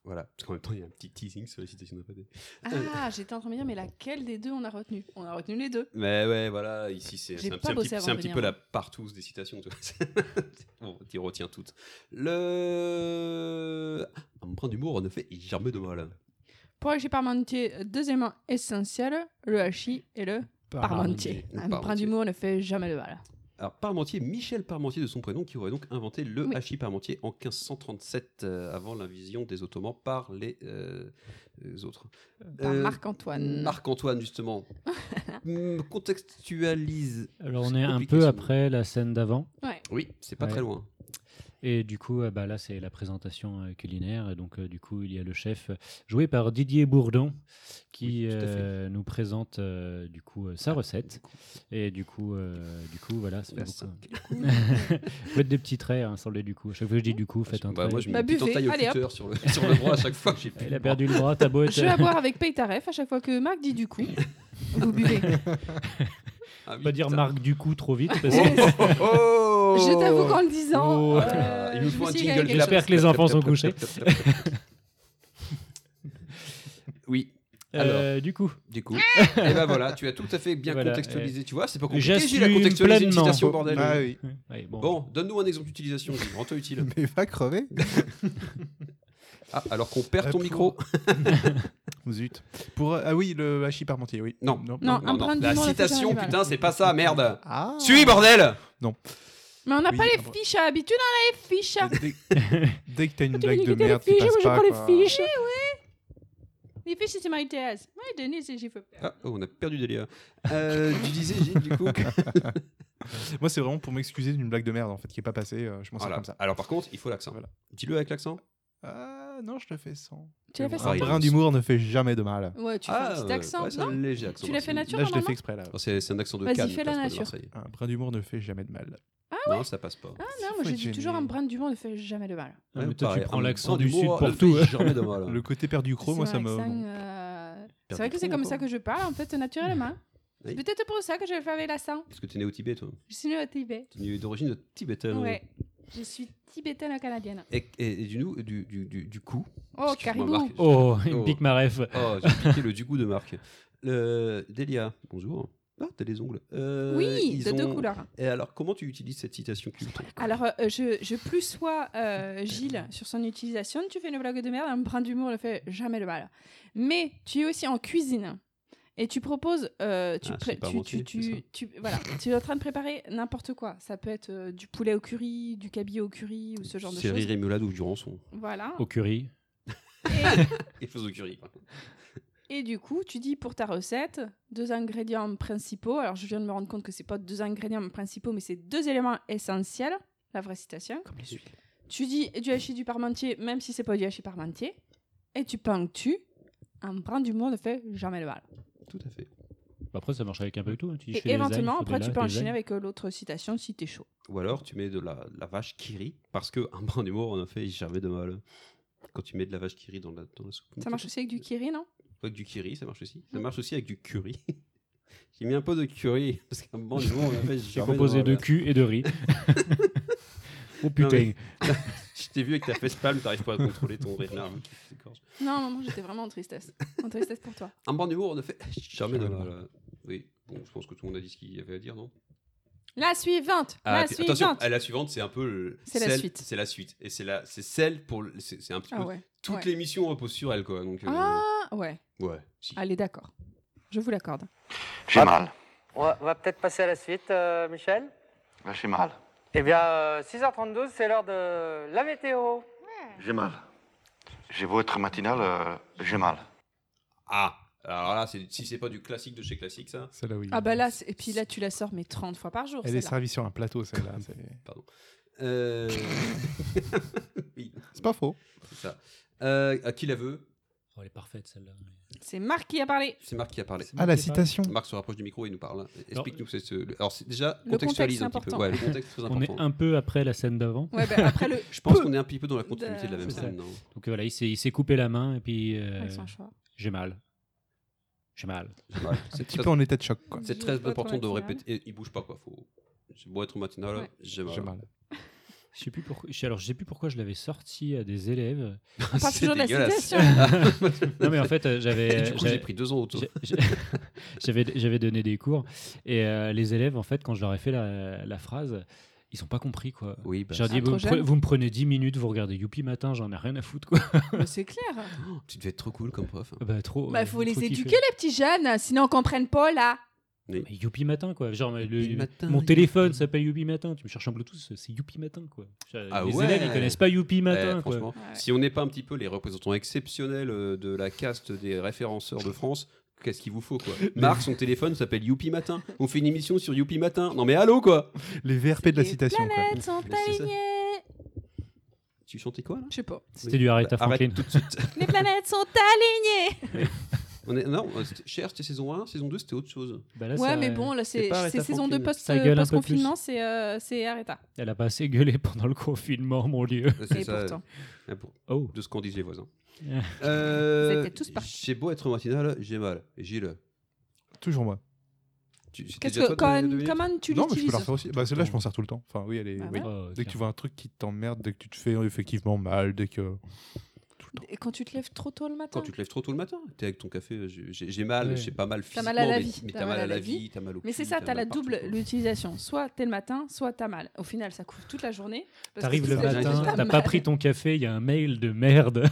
[SPEAKER 8] Voilà, parce qu'en même temps, il y a un petit teasing sur les citations de Pathé.
[SPEAKER 1] Ah, j'étais en train de me dire, mais laquelle des deux on a retenu On a retenu les deux.
[SPEAKER 8] Mais ouais, voilà, ici, c'est
[SPEAKER 1] J'ai
[SPEAKER 8] c'est un,
[SPEAKER 1] pas
[SPEAKER 8] c'est un petit,
[SPEAKER 1] bossé avant
[SPEAKER 8] c'est un
[SPEAKER 1] de
[SPEAKER 8] petit
[SPEAKER 1] venir, hein.
[SPEAKER 8] peu
[SPEAKER 1] moi.
[SPEAKER 8] la partouze des citations. Tu vois. (laughs) On t'y retient toutes. Le. Un brin d'humour ne fait jamais de mal.
[SPEAKER 1] Pour le parmentier, deuxièmement essentiel, le hachis et le parmentier.
[SPEAKER 8] Le
[SPEAKER 1] Un brin
[SPEAKER 8] parmentier.
[SPEAKER 1] d'humour ne fait jamais de mal.
[SPEAKER 8] Alors, Parmentier, Michel Parmentier de son prénom, qui aurait donc inventé le
[SPEAKER 1] Oui.
[SPEAKER 8] hachis Parmentier en 1537, euh, avant l'invasion des Ottomans par les, euh, les autres.
[SPEAKER 1] Par
[SPEAKER 8] Euh,
[SPEAKER 1] Marc-Antoine.
[SPEAKER 8] Marc-Antoine,
[SPEAKER 1] (laughs)
[SPEAKER 8] justement. Hmm, contextualise.
[SPEAKER 10] Alors on
[SPEAKER 8] C'est
[SPEAKER 10] est un
[SPEAKER 8] compliqué,
[SPEAKER 10] peu
[SPEAKER 8] ça.
[SPEAKER 10] après la scène d'avant.
[SPEAKER 8] Oui, c'est pas
[SPEAKER 10] Ouais.
[SPEAKER 8] très loin.
[SPEAKER 10] Et du coup, euh, bah, là, c'est la présentation euh, culinaire. Et donc, euh, du coup, il y a le chef euh, joué par Didier Bourdon qui
[SPEAKER 8] Oui, tout à fait. Ah,
[SPEAKER 10] euh, nous présente euh, du coup euh, sa recette. Et du coup, euh, du coup, voilà, ça fait
[SPEAKER 8] La
[SPEAKER 10] beaucoup.
[SPEAKER 8] cinq.
[SPEAKER 10] Faites des petits traits, hein, sans le du coup. À chaque fois que je dis du coup, faites un
[SPEAKER 8] Bah,
[SPEAKER 10] trait.
[SPEAKER 8] moi, je mets
[SPEAKER 1] Bah,
[SPEAKER 8] une petite
[SPEAKER 1] buvez,
[SPEAKER 8] entaille au
[SPEAKER 1] allez, hop.
[SPEAKER 8] tuteur sur le, sur le bras à chaque fois que j'ai plus
[SPEAKER 10] (laughs) Il a
[SPEAKER 8] le bras.
[SPEAKER 10] perdu le bras,
[SPEAKER 8] (laughs)
[SPEAKER 10] t'as beau
[SPEAKER 1] (laughs)
[SPEAKER 10] être euh,
[SPEAKER 1] Je vais à boire avec Paytaref à chaque fois que Marc dit du coup. Vous buvez.
[SPEAKER 8] Ah oui,
[SPEAKER 10] pas dire
[SPEAKER 8] Ah putain. (laughs)
[SPEAKER 10] Marc du coup trop vite parce
[SPEAKER 8] Oh,
[SPEAKER 10] que
[SPEAKER 8] oh, oh,
[SPEAKER 1] Je t'avoue qu'en le disant.
[SPEAKER 10] Oh.
[SPEAKER 1] euh,
[SPEAKER 8] Il me
[SPEAKER 1] je
[SPEAKER 8] faut un
[SPEAKER 1] suis dit,
[SPEAKER 8] jingle.
[SPEAKER 1] il y a
[SPEAKER 10] J'espère
[SPEAKER 1] quelque
[SPEAKER 8] (laughs)
[SPEAKER 10] que les enfants sont couchés.
[SPEAKER 8] Oui,
[SPEAKER 10] Euh, du coup,
[SPEAKER 8] du coup.
[SPEAKER 1] Ah.
[SPEAKER 8] et ben voilà, tu as tout à fait bien
[SPEAKER 10] Voilà,
[SPEAKER 8] contextualisé. Tu vois, c'est pas compliqué.
[SPEAKER 10] j'assume
[SPEAKER 8] J'ai la contextualisation,
[SPEAKER 10] pleinement.
[SPEAKER 8] citation, bordel.
[SPEAKER 9] Ah oui.
[SPEAKER 10] Ouais, bon.
[SPEAKER 8] Bon, donne-nous un exemple d'utilisation, Guy, rends-toi
[SPEAKER 9] (laughs)
[SPEAKER 8] utile.
[SPEAKER 9] Mais va crever.
[SPEAKER 8] Ah, alors qu'on perd ton
[SPEAKER 9] Pour-
[SPEAKER 8] micro.
[SPEAKER 9] Zut. Pour, ah oui, le hachis parmentier, oui.
[SPEAKER 8] Non.
[SPEAKER 1] Non, un brin de
[SPEAKER 8] La
[SPEAKER 1] piment, la Oh. flèche
[SPEAKER 8] citation,
[SPEAKER 1] animale.
[SPEAKER 8] putain, c'est pas ça, merde.
[SPEAKER 9] Ah.
[SPEAKER 8] Suis, bordel
[SPEAKER 1] Mais on n'a
[SPEAKER 9] Oui,
[SPEAKER 1] pas les
[SPEAKER 9] après-
[SPEAKER 1] fiches à habitude, on a les fiches. à-
[SPEAKER 9] Dès, dès que t'as une
[SPEAKER 1] Tu veux
[SPEAKER 9] blague de
[SPEAKER 1] niquer les
[SPEAKER 9] merde qui
[SPEAKER 1] fiches, moi
[SPEAKER 9] passe
[SPEAKER 1] je
[SPEAKER 9] pas.
[SPEAKER 1] prends
[SPEAKER 9] quoi.
[SPEAKER 1] les fiches. Eh Les fiches, c'est my thèse. Oui, Denis, j'ai fait peur.
[SPEAKER 8] Ah, oh, on a perdu Delia. Euh, tu disais, Gilles, du
[SPEAKER 9] (laughs)
[SPEAKER 8] coup, que...
[SPEAKER 9] Moi, c'est vraiment pour m'excuser d'une blague de merde en fait qui est pas passée. euh, je m'en sers
[SPEAKER 8] Voilà.
[SPEAKER 9] comme ça.
[SPEAKER 8] Alors par contre, il faut l'accent.
[SPEAKER 9] Voilà.
[SPEAKER 8] Dis-le avec l'accent.
[SPEAKER 9] Ah non, je te fais sans.
[SPEAKER 1] Tu l'as fait
[SPEAKER 8] Ah,
[SPEAKER 9] Un
[SPEAKER 1] sans
[SPEAKER 8] il-
[SPEAKER 9] brin d'humour ne fait jamais de mal.
[SPEAKER 1] Ouais, tu fais un petit
[SPEAKER 8] euh,
[SPEAKER 1] accent.
[SPEAKER 8] ouais, c'est
[SPEAKER 1] non
[SPEAKER 8] un léger accent.
[SPEAKER 1] Tu l'as fait
[SPEAKER 8] marseillais.
[SPEAKER 1] nature
[SPEAKER 9] Là, je l'ai
[SPEAKER 1] normalement
[SPEAKER 9] fait exprès là.
[SPEAKER 8] Non, C'est c'est un accent de
[SPEAKER 1] Vas-y,
[SPEAKER 8] Cannes.
[SPEAKER 1] fais
[SPEAKER 8] pas
[SPEAKER 1] la
[SPEAKER 8] de
[SPEAKER 1] nature.
[SPEAKER 8] Marseille.
[SPEAKER 9] Un brin d'humour ne fait jamais de mal.
[SPEAKER 8] Non, ça passe pas.
[SPEAKER 1] Ah non, moi
[SPEAKER 9] Faut
[SPEAKER 1] j'ai
[SPEAKER 9] être
[SPEAKER 1] dit
[SPEAKER 9] gêné.
[SPEAKER 1] toujours un brin du vent ne fait jamais de mal.
[SPEAKER 10] Ah, mais
[SPEAKER 8] Ouais,
[SPEAKER 10] toi,
[SPEAKER 8] pareil,
[SPEAKER 10] tu prends
[SPEAKER 8] un
[SPEAKER 10] l'accent
[SPEAKER 8] brin
[SPEAKER 10] du sud
[SPEAKER 8] d'humour,
[SPEAKER 10] pour
[SPEAKER 8] le
[SPEAKER 10] tout. hein.
[SPEAKER 8] fait jamais de
[SPEAKER 10] (laughs)
[SPEAKER 8] mal.
[SPEAKER 9] Le côté perdu du croc, moi,
[SPEAKER 1] C'est
[SPEAKER 9] ça
[SPEAKER 1] un
[SPEAKER 9] me.
[SPEAKER 1] accent,
[SPEAKER 9] non.
[SPEAKER 1] euh,
[SPEAKER 8] Perdu
[SPEAKER 1] C'est vrai que c'est
[SPEAKER 8] trop,
[SPEAKER 1] comme
[SPEAKER 8] quoi.
[SPEAKER 1] ça que je parle en fait
[SPEAKER 8] Oui.
[SPEAKER 1] naturellement. C'est peut-être pour ça que je le fais avec l'accent.
[SPEAKER 8] Parce que t'es né au Tibet, toi.
[SPEAKER 1] Je suis née au Tibet.
[SPEAKER 8] T'es né d'origine tibétaine.
[SPEAKER 1] Ouais. Je suis tibétaine canadienne.
[SPEAKER 8] Et, et- et du, nou- du, du, du, du coup.
[SPEAKER 1] Oh,
[SPEAKER 8] excuse-moi,
[SPEAKER 1] caribou.
[SPEAKER 8] Marc, j'ai-
[SPEAKER 10] Oh, (laughs) il
[SPEAKER 8] Oh.
[SPEAKER 10] me pique ma ref.
[SPEAKER 8] Oh, j'ai piqué le du coup de Marc. Le... Delia, bonjour. Ah, t'as des ongles. Euh,
[SPEAKER 1] Oui,
[SPEAKER 8] ils
[SPEAKER 1] de deux
[SPEAKER 8] ont-
[SPEAKER 1] couleurs.
[SPEAKER 8] Et alors, comment tu utilises cette citation culte
[SPEAKER 1] Alors, euh, je, je plus sois Gilles sur son utilisation. Tu fais une blague de merde, un brin d'humour ne fait jamais le mal. Mais tu es aussi en cuisine. Et tu proposes, euh, tu,
[SPEAKER 8] Ah,
[SPEAKER 1] pré-
[SPEAKER 8] c'est pas
[SPEAKER 1] tu,
[SPEAKER 8] inventé,
[SPEAKER 1] tu,
[SPEAKER 8] c'est ça.
[SPEAKER 1] tu, tu- voilà, tu es en train de préparer n'importe quoi. Ça peut être euh, du poulet au curry, du cabillaud au curry ou ce genre de
[SPEAKER 8] C'est
[SPEAKER 1] choses.
[SPEAKER 8] Rémolade ou du rançon.
[SPEAKER 1] Voilà.
[SPEAKER 10] Au curry.
[SPEAKER 8] Et fais au curry.
[SPEAKER 1] Et du coup, tu dis pour ta recette, deux ingrédients principaux. Alors, je viens de me rendre compte que c'est pas deux ingrédients principaux, mais c'est deux éléments essentiels. La vraie citation. Comme les Tu dis du hachis du parmentier, même si c'est pas du hachis parmentier. Et tu ponctues. Un brin d'humour ne fait jamais le mal.
[SPEAKER 8] Tout à fait.
[SPEAKER 10] Bah, Après, ça marche avec un peu de tout. hein. Tu dis, je fais
[SPEAKER 1] Et
[SPEAKER 10] des
[SPEAKER 1] éventuellement,
[SPEAKER 10] ailes, il faut
[SPEAKER 1] après,
[SPEAKER 10] de
[SPEAKER 1] tu
[SPEAKER 10] là,
[SPEAKER 1] peux
[SPEAKER 10] des
[SPEAKER 1] enchaîner
[SPEAKER 10] ailes.
[SPEAKER 1] avec euh, l'autre citation si t'es chaud.
[SPEAKER 8] Ou alors tu mets de la, la vache qui rit, parce qu'un brin d'humour on a fait jamais de mal. Quand tu mets de la vache qui rit dans la, dans la soupe.
[SPEAKER 1] Ça marche aussi avec du kiri, non
[SPEAKER 8] Avec du kiri, ça marche aussi. Ça marche aussi avec du curry. (laughs) J'ai mis un peu de curry, parce qu'un brin d'humour on a fait
[SPEAKER 10] J'ai
[SPEAKER 8] jamais
[SPEAKER 10] composé
[SPEAKER 8] de
[SPEAKER 10] de
[SPEAKER 8] mal.
[SPEAKER 10] cul et de (laughs) riz. oh
[SPEAKER 8] Non,
[SPEAKER 10] putain.
[SPEAKER 8] mais- (laughs) Je t'ai vu avec ta fesse palme, t'arrives pas à contrôler ton rire larme (laughs) qui s'égorge.
[SPEAKER 1] Non, maman, j'étais vraiment en tristesse. En tristesse pour
[SPEAKER 10] (laughs)
[SPEAKER 1] toi.
[SPEAKER 8] Un brin d'humour on a fait (laughs) jamais de mal. Oui, bon, je pense que tout le monde a dit ce qu'il y avait à dire, non
[SPEAKER 1] La suivante
[SPEAKER 8] Ah,
[SPEAKER 1] La
[SPEAKER 8] puis- attention,
[SPEAKER 1] suivante
[SPEAKER 8] à la suivante, c'est un peu. le-
[SPEAKER 1] C'est la
[SPEAKER 8] celle-
[SPEAKER 1] suite.
[SPEAKER 8] C'est la suite. Et c'est la- c'est celle pour. le- C'est c'est un petit
[SPEAKER 1] Ah
[SPEAKER 8] peu.
[SPEAKER 1] ouais.
[SPEAKER 8] Toute
[SPEAKER 1] ouais.
[SPEAKER 8] l'émission repose sur elle, quoi. Donc, euh,
[SPEAKER 1] Ah ouais.
[SPEAKER 8] ouais. si.
[SPEAKER 1] Allez, d'accord. Je vous l'accorde.
[SPEAKER 2] J'ai mal.
[SPEAKER 7] On va, on va peut-être passer à la suite, euh, Michel.
[SPEAKER 2] Là, j'ai mal.
[SPEAKER 7] Eh bien, euh, 6h32, c'est l'heure de la météo.
[SPEAKER 2] J'ai mal. J'ai beau être matinal, euh, j'ai mal.
[SPEAKER 8] Ah, alors là, c'est- si c'est pas du classique de chez classique, ça.
[SPEAKER 9] Celle-là, oui.
[SPEAKER 1] Ah bah là, c'est- et puis là, tu la sors mais 30 fois par jour.
[SPEAKER 9] Elle est
[SPEAKER 1] celle-là.
[SPEAKER 9] servie sur un plateau, celle-là.
[SPEAKER 8] (laughs)
[SPEAKER 9] C'est
[SPEAKER 8] Euh, (laughs) oui,
[SPEAKER 9] c'est pas faux.
[SPEAKER 8] c'est ça. Euh, à qui la veut
[SPEAKER 10] Oh, elle est parfaite celle-là.
[SPEAKER 1] C'est Marc qui a parlé.
[SPEAKER 8] C'est Marc qui a parlé.
[SPEAKER 9] Ah, la citation.
[SPEAKER 8] Marc se rapproche du micro et nous parle. Explique-nous. c'est ce- Alors, c'est déjà,
[SPEAKER 1] Le
[SPEAKER 8] contextualise
[SPEAKER 1] contexte
[SPEAKER 8] un petit peu.
[SPEAKER 1] important.
[SPEAKER 8] Ouais, le contexte est très
[SPEAKER 10] On
[SPEAKER 8] important.
[SPEAKER 10] est un peu après la scène d'avant.
[SPEAKER 1] Ouais, bah, après
[SPEAKER 10] (laughs)
[SPEAKER 1] le.
[SPEAKER 8] Je pense qu'on est un petit peu dans la continuité de la
[SPEAKER 1] de-
[SPEAKER 8] même
[SPEAKER 10] C'est
[SPEAKER 8] scène, non
[SPEAKER 10] Donc euh, voilà, il s'est il s'est coupé la main et puis euh,
[SPEAKER 1] Avec son choix.
[SPEAKER 10] j'ai mal. J'ai mal.
[SPEAKER 8] Ouais,
[SPEAKER 9] Un
[SPEAKER 8] C'est
[SPEAKER 9] petit
[SPEAKER 8] très-
[SPEAKER 9] peu en état de choc, quoi.
[SPEAKER 8] c'est
[SPEAKER 1] Je
[SPEAKER 8] très
[SPEAKER 1] veux
[SPEAKER 8] important
[SPEAKER 1] être
[SPEAKER 8] de
[SPEAKER 1] matinale.
[SPEAKER 8] répéter. Et il bouge pas, quoi. Faut... C'est beau être matinal,
[SPEAKER 1] Ouais.
[SPEAKER 8] j'ai mal. (laughs)
[SPEAKER 9] J'ai mal.
[SPEAKER 10] Je sais plus pourquoi. je sais- Alors je sais plus pourquoi je l'avais sorti à des (laughs) élèves.
[SPEAKER 1] On parle
[SPEAKER 8] C'est
[SPEAKER 1] toujours de la
[SPEAKER 8] dégueulasse. (laughs)
[SPEAKER 1] citation.
[SPEAKER 10] Non mais en fait euh, (laughs)
[SPEAKER 8] Et
[SPEAKER 10] j'avais
[SPEAKER 8] du coup, j'ai
[SPEAKER 10] j'avais-
[SPEAKER 8] pris deux ans autour.
[SPEAKER 10] j'ai- j'ai- (laughs) j'avais j'avais donné des cours et euh, les élèves en fait quand je leur ai fait la, la phrase ils ont pas compris quoi.
[SPEAKER 8] Oui, bah,
[SPEAKER 10] Je leur dis
[SPEAKER 1] Ah,
[SPEAKER 10] vous,
[SPEAKER 1] trop
[SPEAKER 10] me pre-
[SPEAKER 1] jeune.
[SPEAKER 10] vous me prenez 10 minutes vous regardez Youpi matin j'en ai rien à foutre quoi.
[SPEAKER 1] Mais c'est clair.
[SPEAKER 8] tu devais être trop cool comme prof. hein.
[SPEAKER 10] Bah trop.
[SPEAKER 1] Bah,
[SPEAKER 10] euh,
[SPEAKER 1] faut
[SPEAKER 10] trop
[SPEAKER 1] les
[SPEAKER 10] kiffé.
[SPEAKER 1] éduquer, les petits jeunes, sinon on comprenne pas là.
[SPEAKER 10] Mais Youpi matin quoi. Genre mais le-
[SPEAKER 8] Youpi matin,
[SPEAKER 10] mon
[SPEAKER 8] Youpi
[SPEAKER 10] téléphone
[SPEAKER 8] matin.
[SPEAKER 10] s'appelle Youpi matin. Tu me cherches en Bluetooth c'est Youpi matin quoi.
[SPEAKER 8] Ah
[SPEAKER 10] les
[SPEAKER 8] ouais.
[SPEAKER 10] élèves ils connaissent pas Youpi matin
[SPEAKER 8] Eh,
[SPEAKER 10] quoi.
[SPEAKER 8] franchement, si on n'est pas un petit peu les représentants exceptionnels euh, de la caste des référenceurs de France, qu'est-ce qu'il vous faut
[SPEAKER 10] (laughs)
[SPEAKER 8] quoi Marc, son téléphone s'appelle Youpi Matin. On fait une émission sur Youpi Matin. Non mais allô quoi
[SPEAKER 9] Les VRP de la
[SPEAKER 1] Les
[SPEAKER 9] citation, quoi.
[SPEAKER 1] planètes sont
[SPEAKER 8] Mais c'est ça.
[SPEAKER 1] alignées.
[SPEAKER 8] Tu chantais quoi là
[SPEAKER 1] Je sais pas.
[SPEAKER 10] C'était du Aretha
[SPEAKER 8] Bah, arrête
[SPEAKER 10] Franklin.
[SPEAKER 8] tout de suite.
[SPEAKER 1] (laughs)
[SPEAKER 8] (laughs)
[SPEAKER 1] Les planètes sont alignées.
[SPEAKER 8] On est- non, euh, c'était- Cher, c'était saison 1, saison 2, c'était autre chose.
[SPEAKER 10] Bah, là, ça-
[SPEAKER 1] ouais, mais bon, là,
[SPEAKER 8] c'est
[SPEAKER 1] c'est
[SPEAKER 8] pas Aretha
[SPEAKER 1] c'est saison de
[SPEAKER 8] Franklin.
[SPEAKER 1] post-
[SPEAKER 10] Ça gueule un peu
[SPEAKER 1] post-confinement, c'est euh, c'est Aretha.
[SPEAKER 10] Elle a pas assez gueulé pendant le confinement, mon dieu.
[SPEAKER 8] Euh,
[SPEAKER 1] Et
[SPEAKER 8] c'est ça,
[SPEAKER 1] pourtant.
[SPEAKER 8] euh, pour-
[SPEAKER 10] Oh.
[SPEAKER 8] De ce qu'en disent les
[SPEAKER 10] (laughs)
[SPEAKER 8] voisins.
[SPEAKER 10] Ah.
[SPEAKER 8] Euh,
[SPEAKER 1] Vous étiez tous partis.
[SPEAKER 8] J'ai beau être matinal, j'ai mal. Gilles,
[SPEAKER 9] Toujours moi.
[SPEAKER 8] tu- c'était
[SPEAKER 1] Qu'est-ce
[SPEAKER 8] déjà
[SPEAKER 1] que,
[SPEAKER 8] toi de-
[SPEAKER 1] quand-
[SPEAKER 8] de venir
[SPEAKER 1] comment tu
[SPEAKER 9] non, mais je peux
[SPEAKER 1] l'utilises
[SPEAKER 9] la refaire aussi. Bah, celle-là, je m'en sers tout le temps. Enfin, oui, elle est.
[SPEAKER 1] Ah
[SPEAKER 9] oui.
[SPEAKER 1] ouais
[SPEAKER 10] Oh,
[SPEAKER 9] Dès
[SPEAKER 10] clair.
[SPEAKER 9] que tu vois un truc qui t'emmerde, dès que tu te fais effectivement mal, dès que.
[SPEAKER 1] Et Quand tu te lèves trop tôt le matin
[SPEAKER 8] Quand tu te lèves trop tôt le matin, t'es avec ton café, j'ai- j'ai j'ai mal,
[SPEAKER 10] Ouais.
[SPEAKER 8] j'ai pas mal
[SPEAKER 1] T'as
[SPEAKER 8] physiquement,
[SPEAKER 1] mal à la
[SPEAKER 8] mais-
[SPEAKER 1] vie,
[SPEAKER 8] mais t'as mal à la vie, t'as mal au
[SPEAKER 1] Mais
[SPEAKER 8] cul,
[SPEAKER 1] c'est ça, t'as la
[SPEAKER 8] mal partout,
[SPEAKER 1] double
[SPEAKER 8] quoi.
[SPEAKER 1] l'utilisation. Soit t'es le matin, soit t'as mal. Au final, ça couvre toute la journée. parce que
[SPEAKER 10] T'arrives
[SPEAKER 1] tu
[SPEAKER 10] le
[SPEAKER 1] sais que
[SPEAKER 10] matin,
[SPEAKER 8] t'as
[SPEAKER 10] t'as
[SPEAKER 1] mal.
[SPEAKER 10] pas pris ton café, il y a un mail
[SPEAKER 1] (laughs)
[SPEAKER 10] de merde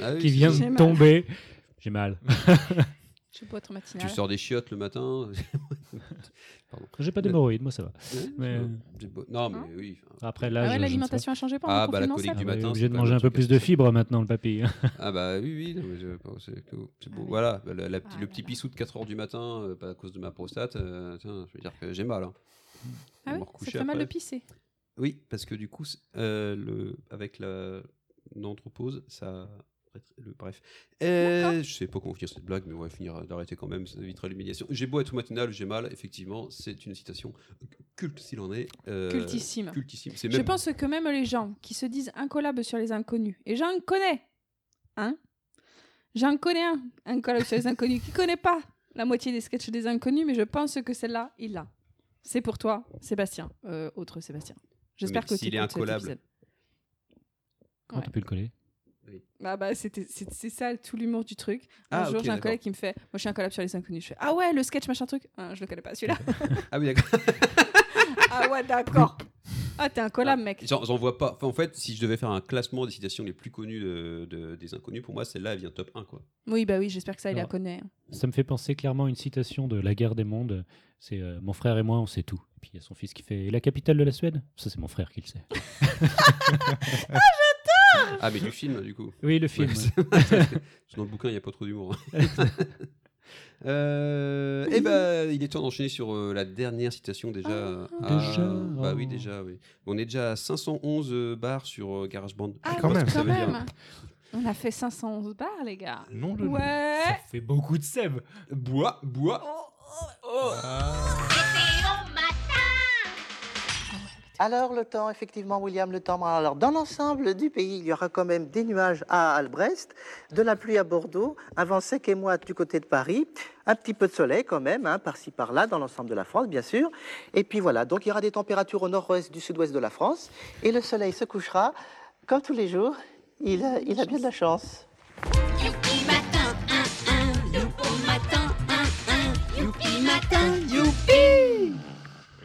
[SPEAKER 8] Ah oui,
[SPEAKER 10] qui
[SPEAKER 8] c'est
[SPEAKER 10] vient
[SPEAKER 8] ça.
[SPEAKER 1] J'ai
[SPEAKER 10] de
[SPEAKER 1] mal.
[SPEAKER 10] tomber. J'ai mal.
[SPEAKER 1] Je peux être matinale.
[SPEAKER 8] Tu sors des chiottes le matin. (laughs)
[SPEAKER 10] J'ai pas d'hémorroïdes, moi ça va. Mais-
[SPEAKER 8] J'ai beau- Non, mais
[SPEAKER 1] Hein
[SPEAKER 8] oui. enfin,
[SPEAKER 10] Après
[SPEAKER 1] Ah
[SPEAKER 10] là,
[SPEAKER 1] ouais, l'alimentation a changé pendant
[SPEAKER 8] Ah,
[SPEAKER 1] le
[SPEAKER 8] bah, la
[SPEAKER 1] confinement,
[SPEAKER 8] colique
[SPEAKER 1] ça
[SPEAKER 8] du matin,
[SPEAKER 10] obligé
[SPEAKER 8] c'est
[SPEAKER 10] de
[SPEAKER 8] pas
[SPEAKER 10] manger
[SPEAKER 8] mal,
[SPEAKER 10] un peu
[SPEAKER 8] tu
[SPEAKER 10] plus
[SPEAKER 8] captes.
[SPEAKER 10] de fibres maintenant, le papy.
[SPEAKER 8] Ah bah oui, oui, non, mais je pense que c'est beau.
[SPEAKER 1] Ah oui.
[SPEAKER 8] Voilà, la- la petite-
[SPEAKER 1] Ah
[SPEAKER 8] le
[SPEAKER 1] là
[SPEAKER 8] petit
[SPEAKER 1] là.
[SPEAKER 8] pissou de 4h du matin euh, pas à cause de ma prostate, euh, tiens, je veux dire que j'ai mal. hein.
[SPEAKER 1] Ah
[SPEAKER 8] Je vais
[SPEAKER 1] oui,
[SPEAKER 8] me
[SPEAKER 1] ça
[SPEAKER 8] recoucher
[SPEAKER 1] fait mal de
[SPEAKER 8] après.
[SPEAKER 1] pisser.
[SPEAKER 8] Oui, parce que du coup, c'est- euh, le, avec la l'anthropose, ça... Le, bref. Euh, je sais pas comment finir cette blague, mais on va finir d'arrêter quand même, ça évitera l'humiliation. J'ai beau être au matinal, j'ai mal, effectivement, c'est une citation culte s'il en est. euh,
[SPEAKER 1] Cultissime.
[SPEAKER 8] Cultissime. C'est
[SPEAKER 1] Je
[SPEAKER 8] même-
[SPEAKER 1] pense que même les gens qui se disent incollables sur les inconnus, et j'en connais, hein J'en connais un, incollable sur les inconnus, qui connaît pas la moitié des sketchs des inconnus, mais je pense que celle-là, il l'a. C'est pour toi, Sébastien. Euh, autre Sébastien. J'espère
[SPEAKER 8] Mais
[SPEAKER 1] que
[SPEAKER 8] s'il est
[SPEAKER 1] t'écoutes cet
[SPEAKER 8] incollable.
[SPEAKER 1] épisode.
[SPEAKER 10] Comment
[SPEAKER 1] Ouais.
[SPEAKER 10] t'as pu le coller
[SPEAKER 1] Ah bah c'était c'est c'est ça tout l'humour du truc. Un
[SPEAKER 8] Ah,
[SPEAKER 1] jour
[SPEAKER 8] ok,
[SPEAKER 1] j'ai un
[SPEAKER 8] d'accord.
[SPEAKER 1] collègue qui me fait, moi je suis un collab sur les inconnus. Je fais ah ouais le sketch machin truc. Ah, je le connais pas celui-là.
[SPEAKER 8] Ah oui, d'accord. (laughs)
[SPEAKER 1] ah ouais d'accord. Ah t'es un collab mec.
[SPEAKER 8] J'en j'en vois pas. Enfin, en fait, si je devais faire un classement des citations les plus connues de- de- des inconnus, pour moi, celle-là, elle vient top 1. Quoi.
[SPEAKER 1] Oui bah oui j'espère que ça il la
[SPEAKER 10] Alors-
[SPEAKER 1] connaît. hein.
[SPEAKER 10] Ça me fait penser clairement à une citation de La guerre des mondes. C'est euh, Mon frère et moi, on sait tout. Et puis il y a son fils qui fait Et la capitale de la Suède Ça, c'est mon frère qui le sait.
[SPEAKER 8] Ah, mais du film, du coup.
[SPEAKER 10] Oui, le film.
[SPEAKER 8] Ouais, c'est- (laughs) Dans le bouquin, il n'y a pas trop d'humour. hein.
[SPEAKER 9] (laughs)
[SPEAKER 8] euh, eh ben, il est temps d'enchaîner sur euh, la dernière citation déjà.
[SPEAKER 1] Ah.
[SPEAKER 10] Déjà,
[SPEAKER 8] Bah oui,
[SPEAKER 10] oh.
[SPEAKER 8] déjà. Oui. On est déjà à 511 euh, barres sur euh, GarageBand.
[SPEAKER 1] Ah
[SPEAKER 9] quand
[SPEAKER 1] oui,
[SPEAKER 9] même.
[SPEAKER 8] Ça
[SPEAKER 1] quand
[SPEAKER 8] veut dire-
[SPEAKER 1] même. On a fait 511 bars les gars.
[SPEAKER 9] Non, le.
[SPEAKER 1] Ouais.
[SPEAKER 10] fait beaucoup de sève.
[SPEAKER 8] Bois, bois.
[SPEAKER 3] Alors le temps, effectivement, William, le temps. Alors dans l'ensemble du pays, il y aura quand même des nuages à Albrecht, de la pluie à Bordeaux, un vent sec et moite du côté de Paris, un petit peu de soleil quand même, hein, par-ci par-là, dans l'ensemble de la France, bien sûr. Et puis voilà, donc il y aura des températures au nord-ouest du sud-ouest de la France, et le soleil se couchera, comme tous les jours, il a, il a bien de la chance.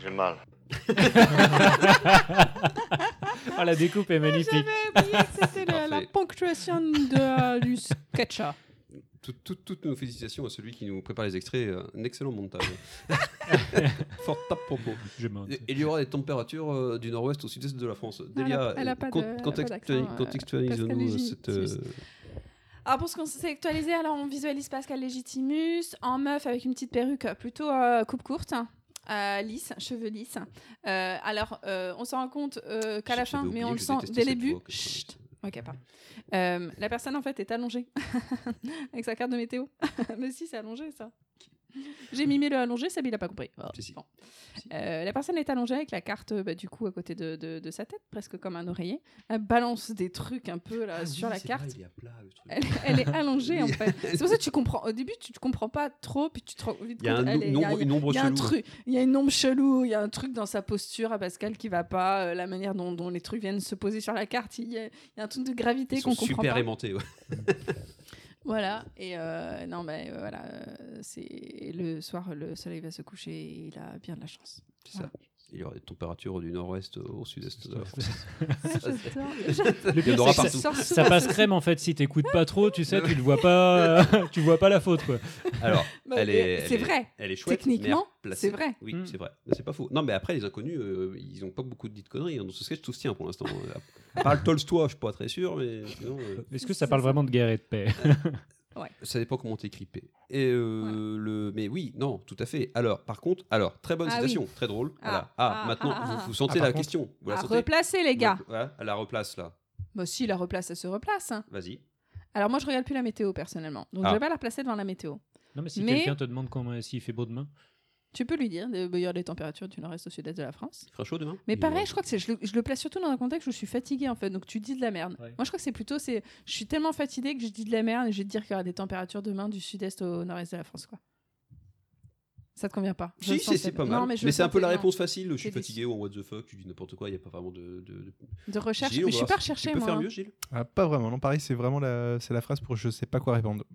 [SPEAKER 2] J'ai le mal.
[SPEAKER 10] Ah, la découpe est magnifique.
[SPEAKER 1] J'avais oublié que
[SPEAKER 8] (laughs)
[SPEAKER 1] c'était la, la
[SPEAKER 8] Parfait.
[SPEAKER 1] ponctuation de, euh, du sketch.
[SPEAKER 8] Tout- tout- toutes nos félicitations à celui qui nous prépare les extraits. euh, Un excellent
[SPEAKER 9] (laughs)
[SPEAKER 8] montage. Fort tape propos.
[SPEAKER 10] Je m'en-
[SPEAKER 8] Et Il y aura des températures euh, du nord-ouest au sud-est de la France. Delia,
[SPEAKER 1] elle a pas de-
[SPEAKER 8] con-
[SPEAKER 1] elle a pas
[SPEAKER 8] contextuali-
[SPEAKER 1] d'accent, euh, Pascal
[SPEAKER 8] contextualise-nous
[SPEAKER 1] Légy,
[SPEAKER 8] cette.
[SPEAKER 1] c'est
[SPEAKER 8] euh,
[SPEAKER 1] juste. Alors pour se conceptualiser, alors on visualise Pascal Légitimus en meuf avec une petite perruque plutôt euh, coupe courte, euh, lisse, cheveux lisses. Euh, alors euh, on s'en rend compte euh, qu'à la
[SPEAKER 8] j'avais
[SPEAKER 1] fin, mais
[SPEAKER 8] oublié
[SPEAKER 1] on
[SPEAKER 8] que
[SPEAKER 1] le
[SPEAKER 8] je
[SPEAKER 1] sent
[SPEAKER 8] détestais
[SPEAKER 1] dès le
[SPEAKER 8] cette
[SPEAKER 1] début.
[SPEAKER 8] voix que je
[SPEAKER 1] Chut.
[SPEAKER 8] connaissais.
[SPEAKER 1] Ok, pardon. Euh, la personne en fait est allongée (laughs) avec sa carte de météo. (laughs) mais si, c'est allongé ça. J'ai mimé le allongé, Sabine n'a pas compris. Oh,
[SPEAKER 8] Si, si.
[SPEAKER 1] bon. Euh, la personne est allongée avec la carte euh, bah, du coup à côté de, de- de sa tête, presque comme un oreiller. Elle balance des trucs un peu là,
[SPEAKER 8] Ah
[SPEAKER 1] sur
[SPEAKER 8] oui,
[SPEAKER 1] la
[SPEAKER 8] c'est vrai,
[SPEAKER 1] carte.
[SPEAKER 8] il est à plat, le truc.
[SPEAKER 1] Elle, elle est allongée en
[SPEAKER 8] Oui. (laughs)
[SPEAKER 1] fait. C'est pour ça que tu comprends. Au début, tu ne comprends pas trop, puis tu te rends vite
[SPEAKER 8] Il y a un
[SPEAKER 1] compte, elle est-
[SPEAKER 8] no-
[SPEAKER 1] il y a-
[SPEAKER 8] nombre- une ombre
[SPEAKER 1] il y a un
[SPEAKER 8] chelou.
[SPEAKER 1] truc, il y a une ombre chelou, il y a un truc dans sa posture à Pascal qui va pas, euh, la manière dont, dont les trucs viennent se poser sur la carte, il y a, il y a un truc de gravité
[SPEAKER 8] Ils
[SPEAKER 1] qu'on
[SPEAKER 8] sont
[SPEAKER 1] comprend
[SPEAKER 8] super
[SPEAKER 1] pas.
[SPEAKER 8] aimantés. ouais.
[SPEAKER 1] Voilà. Et euh, non, mais euh, voilà, euh, c'est le soir, le soleil va se coucher, et il a bien de
[SPEAKER 8] (laughs)
[SPEAKER 1] la chance.
[SPEAKER 8] C'est ça. Il y aura des températures du nord-ouest au sud-est de la France.
[SPEAKER 1] J'adore.
[SPEAKER 10] Le
[SPEAKER 8] Il y en
[SPEAKER 10] pire,
[SPEAKER 8] aura
[SPEAKER 10] c'est que
[SPEAKER 8] partout.
[SPEAKER 10] ça- Ça passe crème en fait si t'écoutes pas trop, tu sais, tu le vois pas, (laughs) tu vois pas la faute quoi.
[SPEAKER 8] Alors, elle est.
[SPEAKER 1] Bah, C'est
[SPEAKER 8] elle est-
[SPEAKER 1] vrai.
[SPEAKER 8] Elle est chouette.
[SPEAKER 1] Techniquement,
[SPEAKER 8] mais replacée.
[SPEAKER 1] c'est vrai.
[SPEAKER 8] Oui,
[SPEAKER 10] Mm.
[SPEAKER 8] c'est vrai. Mais C'est pas faux. Non, mais après, les inconnus, euh, ils ont pas beaucoup de dites conneries. hein. Dans ce sketch, tout se tient pour l'instant. hein. À (laughs) part le Tolstoy, je suis pas très sûr, mais sinon. euh,
[SPEAKER 10] Est-ce que ça parle vraiment de guerre et de paix
[SPEAKER 8] Ça dépend comment t'es clippé. Et euh, le... Mais oui, non, tout à fait. Alors, par contre, alors, très bonne
[SPEAKER 1] Ah
[SPEAKER 8] citation, très drôle.
[SPEAKER 1] Ah,
[SPEAKER 8] Voilà.
[SPEAKER 1] ah,
[SPEAKER 8] Ah, maintenant,
[SPEAKER 1] ah, ah.
[SPEAKER 8] vous, vous sentez
[SPEAKER 9] Ah, par
[SPEAKER 8] la
[SPEAKER 9] contre-
[SPEAKER 8] question. Vous la
[SPEAKER 1] à
[SPEAKER 8] sentez
[SPEAKER 1] replacer, les gars.
[SPEAKER 8] Donc, voilà, à la replace, là.
[SPEAKER 1] Bah, si la replace, elle se replace. hein.
[SPEAKER 8] Vas-y.
[SPEAKER 1] Alors, moi, je regarde plus la météo personnellement. Donc,
[SPEAKER 8] Ah.
[SPEAKER 1] je vais pas la replacer devant la météo.
[SPEAKER 10] Non mais si
[SPEAKER 1] Mais-
[SPEAKER 10] quelqu'un te demande comment s'il fait beau demain,
[SPEAKER 1] Tu peux lui dire de meilleur des températures du nord-est au sud-est de la France.
[SPEAKER 8] Il fera chaud demain
[SPEAKER 1] Mais
[SPEAKER 10] Il
[SPEAKER 1] pareil,
[SPEAKER 10] va.
[SPEAKER 1] je crois que c'est, je, le, je le place surtout dans un contexte où je suis fatiguée en fait, donc tu dis de la merde.
[SPEAKER 10] Ouais.
[SPEAKER 1] Moi, je crois que c'est plutôt, c'est, je suis tellement fatiguée que je dis de la merde et je vais te dire qu'il y aura des températures demain du sud-est au nord-est de la France, quoi. Ça te convient pas. Je le
[SPEAKER 8] Si, c'est
[SPEAKER 1] sentais
[SPEAKER 8] c'est pas
[SPEAKER 1] Non,
[SPEAKER 8] mal.
[SPEAKER 1] mais
[SPEAKER 8] mais
[SPEAKER 1] je le
[SPEAKER 8] c'est un peu
[SPEAKER 1] sentais,
[SPEAKER 8] la
[SPEAKER 1] non.
[SPEAKER 8] réponse facile. Je
[SPEAKER 1] J'ai
[SPEAKER 8] suis
[SPEAKER 1] des-
[SPEAKER 8] fatigué ou what the fuck, tu dis n'importe quoi, il n'y a pas vraiment de. de- de-
[SPEAKER 1] De recherche.
[SPEAKER 8] Gilles, on
[SPEAKER 1] mais je
[SPEAKER 8] va
[SPEAKER 1] suis
[SPEAKER 8] voir
[SPEAKER 1] pas
[SPEAKER 8] si-
[SPEAKER 1] recherché,
[SPEAKER 8] oh, bah, Tu peux
[SPEAKER 1] moi.
[SPEAKER 8] faire
[SPEAKER 1] hein.
[SPEAKER 8] mieux, Gilles
[SPEAKER 9] Ah, pas vraiment, non, pareil, c'est vraiment la, c'est la phrase pour je sais pas quoi répondre.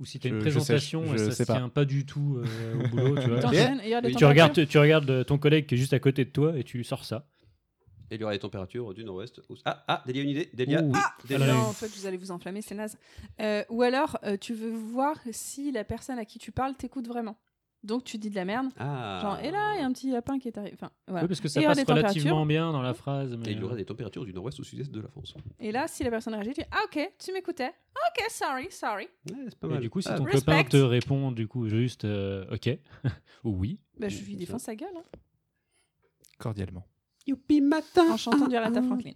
[SPEAKER 10] Ou si t'as
[SPEAKER 9] Je-
[SPEAKER 10] une
[SPEAKER 9] je sais-
[SPEAKER 10] présentation
[SPEAKER 9] je
[SPEAKER 10] et ça
[SPEAKER 9] sais
[SPEAKER 10] se
[SPEAKER 9] pas.
[SPEAKER 10] tient pas du tout euh, au boulot, tu vois.
[SPEAKER 1] T'enchaînes, et il y a les
[SPEAKER 10] tu
[SPEAKER 1] températures.
[SPEAKER 10] regardes, tu regardes euh, ton collègue qui est juste à côté de toi et tu lui sors ça.
[SPEAKER 8] Et il y aura les températures du nord-ouest. au- Ah, ah, Delia, une idée Delia,
[SPEAKER 10] Ouh.
[SPEAKER 8] ah,
[SPEAKER 10] Ah
[SPEAKER 8] Delia.
[SPEAKER 10] là,
[SPEAKER 1] Non, en fait, vous allez vous enflammer, c'est naze. Euh, ou alors, euh, tu veux voir si la personne à qui tu parles t'écoute vraiment. Donc, tu dis de la merde.
[SPEAKER 8] Ah.
[SPEAKER 1] Genre, et là, il y a un petit lapin qui est arrivé. Enfin, voilà.
[SPEAKER 10] Oui, parce que ça
[SPEAKER 1] Et il y aura
[SPEAKER 10] passe
[SPEAKER 1] des
[SPEAKER 10] relativement
[SPEAKER 1] températures.
[SPEAKER 10] bien dans la phrase. Mais... euh,
[SPEAKER 8] Et il y aura des températures du nord-ouest au sud-est de la France.
[SPEAKER 1] Et là, si la personne réagit, tu dis Ah, ok, tu m'écoutais. Ok, sorry, sorry.
[SPEAKER 8] Ouais, c'est pas
[SPEAKER 10] Et
[SPEAKER 8] mal.
[SPEAKER 10] du coup, si
[SPEAKER 8] Ah,
[SPEAKER 10] ton
[SPEAKER 1] Respect.
[SPEAKER 10] copain te répond du coup juste euh, OK (laughs) ou oui,
[SPEAKER 1] Bah, je lui défends sa gueule. hein,
[SPEAKER 9] Cordialement.
[SPEAKER 8] Youpi matin
[SPEAKER 1] en chantant du Aretha Franklin.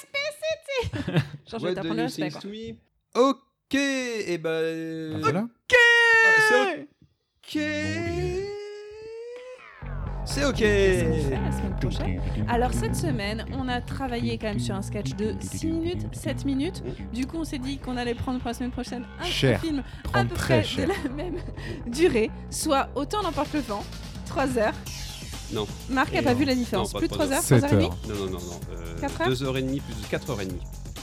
[SPEAKER 1] Oh, respect, city Genre, je vais
[SPEAKER 8] What do
[SPEAKER 1] t'apprendre le
[SPEAKER 8] you
[SPEAKER 1] respect.
[SPEAKER 8] think
[SPEAKER 1] quoi.
[SPEAKER 8] to me Ok Et ben.
[SPEAKER 9] Ah, voilà.
[SPEAKER 8] Ah, c'est ok C'est
[SPEAKER 1] C'est ce qu'on fait
[SPEAKER 8] ok
[SPEAKER 1] la semaine prochaine. Alors cette semaine, on a travaillé quand même sur un sketch de 6 minutes, 7 minutes. Du coup, on s'est dit qu'on allait prendre pour la semaine prochaine un
[SPEAKER 9] Cher.
[SPEAKER 1] film à
[SPEAKER 9] Prendre
[SPEAKER 1] peu
[SPEAKER 9] très
[SPEAKER 1] près
[SPEAKER 9] cher.
[SPEAKER 1] de la (laughs) même durée, soit autant n'importe le vent, 3 heures.
[SPEAKER 8] Non.
[SPEAKER 1] Marc n'a
[SPEAKER 8] Et
[SPEAKER 1] pas
[SPEAKER 8] non.
[SPEAKER 1] vu la différence.
[SPEAKER 8] Non, pas
[SPEAKER 1] plus de 3
[SPEAKER 8] trois
[SPEAKER 1] heures,
[SPEAKER 8] heures.
[SPEAKER 1] 3
[SPEAKER 9] 7
[SPEAKER 1] heures et demie.
[SPEAKER 9] heures.
[SPEAKER 8] Non, non, non, non. euh,
[SPEAKER 1] Quatre heures
[SPEAKER 8] 2h30 plus 4h30.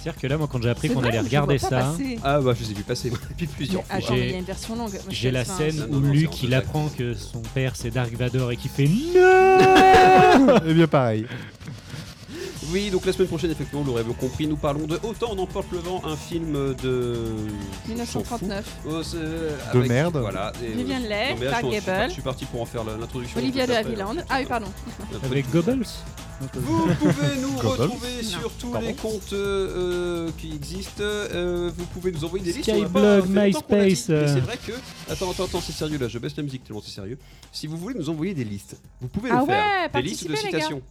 [SPEAKER 10] c'est-à-dire que là, moi, quand j'ai appris
[SPEAKER 1] C'est
[SPEAKER 10] qu'on
[SPEAKER 1] dingue,
[SPEAKER 10] allait
[SPEAKER 1] je
[SPEAKER 10] regarder
[SPEAKER 1] vois pas
[SPEAKER 10] ça,
[SPEAKER 1] passer.
[SPEAKER 8] Ah bah je les ai vus passer moi, (laughs) depuis plusieurs
[SPEAKER 1] Mais Attends,
[SPEAKER 8] fois.
[SPEAKER 10] J'ai-
[SPEAKER 1] mais il y a une version longue. Moi, je
[SPEAKER 10] j'ai la
[SPEAKER 1] fais- hein.
[SPEAKER 10] scène
[SPEAKER 8] Non,
[SPEAKER 10] où
[SPEAKER 8] non, non,
[SPEAKER 10] Luc
[SPEAKER 8] c'est en
[SPEAKER 10] il
[SPEAKER 8] deux
[SPEAKER 10] apprend
[SPEAKER 8] actes.
[SPEAKER 10] que son père c'est Dark Vador et qui fait
[SPEAKER 1] (laughs)
[SPEAKER 10] non.
[SPEAKER 9] Eh bien, pareil.
[SPEAKER 8] Oui, donc la semaine prochaine, effectivement, vous l'aurez compris, nous parlons de Autant on emporte le vent, un film de... on s'en fout.
[SPEAKER 1] 1939.
[SPEAKER 8] Oh, c'est-
[SPEAKER 9] De merde.
[SPEAKER 8] Voilà. et,
[SPEAKER 1] Vivian
[SPEAKER 8] euh,
[SPEAKER 1] Leigh,
[SPEAKER 8] non, mais là,
[SPEAKER 1] Clark
[SPEAKER 8] je suis- je suis-
[SPEAKER 1] Gable.
[SPEAKER 8] Je suis parti pour en faire la- l'introduction.
[SPEAKER 1] Olivia
[SPEAKER 8] donc
[SPEAKER 1] de
[SPEAKER 8] ça s'appelle-
[SPEAKER 1] Havilland. Ah oui, pardon.
[SPEAKER 10] avec Goebbels.
[SPEAKER 8] Vous pouvez
[SPEAKER 10] (laughs)
[SPEAKER 8] nous
[SPEAKER 9] Gobble.
[SPEAKER 8] retrouver sur tous les comptes euh, euh, qui existent. euh, vous pouvez nous envoyer des listes. on a pas
[SPEAKER 10] Skyblog,
[SPEAKER 8] fait longtemps qu'on l'a dit,
[SPEAKER 10] MySpace,
[SPEAKER 8] mais
[SPEAKER 10] euh.
[SPEAKER 8] C'est vrai que. Attends, attends, attends, c'est sérieux là. Je baisse la musique tellement c'est sérieux. Si vous voulez nous envoyer des listes, vous pouvez
[SPEAKER 1] Ah
[SPEAKER 8] le faire.
[SPEAKER 1] ouais,
[SPEAKER 8] des listes de
[SPEAKER 1] participez, les gars.
[SPEAKER 8] citations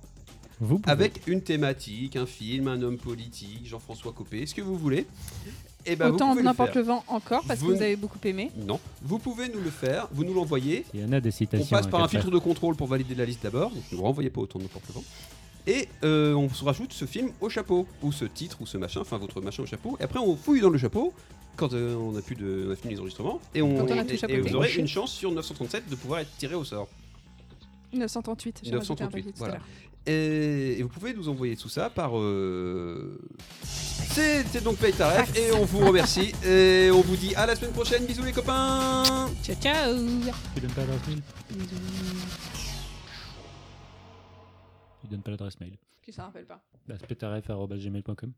[SPEAKER 10] Vous pouvez.
[SPEAKER 8] avec une thématique, un film, un homme politique, Jean-François Copé, ce que vous voulez. Et ben vous
[SPEAKER 1] autant
[SPEAKER 8] pouvez le
[SPEAKER 1] n'importe
[SPEAKER 8] faire.
[SPEAKER 1] le vent encore parce
[SPEAKER 8] Vous-
[SPEAKER 1] que vous avez beaucoup aimé.
[SPEAKER 8] Non, vous pouvez nous le faire. Vous nous l'envoyez.
[SPEAKER 10] Il y en a des
[SPEAKER 8] On
[SPEAKER 10] citations.
[SPEAKER 8] passe
[SPEAKER 10] hein,
[SPEAKER 8] par un
[SPEAKER 10] qu'à faire.
[SPEAKER 8] filtre de contrôle pour valider la liste d'abord, donc ne vous renvoyez pas autant de n'importe vent. Et euh, on se rajoute ce film au chapeau, ou ce titre, ou ce machin, enfin votre machin au chapeau. Et après on fouille dans le chapeau quand euh, on a plus de, on a fini les enregistrements, et on,
[SPEAKER 1] Quand on a tout
[SPEAKER 8] et- et,
[SPEAKER 1] chapeauté.
[SPEAKER 8] vous aurez une chance sur 937 de pouvoir être tiré au sort.
[SPEAKER 1] 938. j'ai rajouté
[SPEAKER 8] 938,
[SPEAKER 1] un papier tout à
[SPEAKER 8] voilà.
[SPEAKER 1] l'heure.
[SPEAKER 8] Et, et vous pouvez nous envoyer tout ça par. euh, C'était donc Paytaref, et on vous remercie, et on vous dit à la semaine prochaine. Bisous les copains.
[SPEAKER 1] Ciao, ciao.
[SPEAKER 10] Tu donnes pas l'adresse mail Tu donnes pas l'adresse mail.
[SPEAKER 1] Qui s'en rappelle pas.
[SPEAKER 10] Bah, c'est petaref@gmail.com.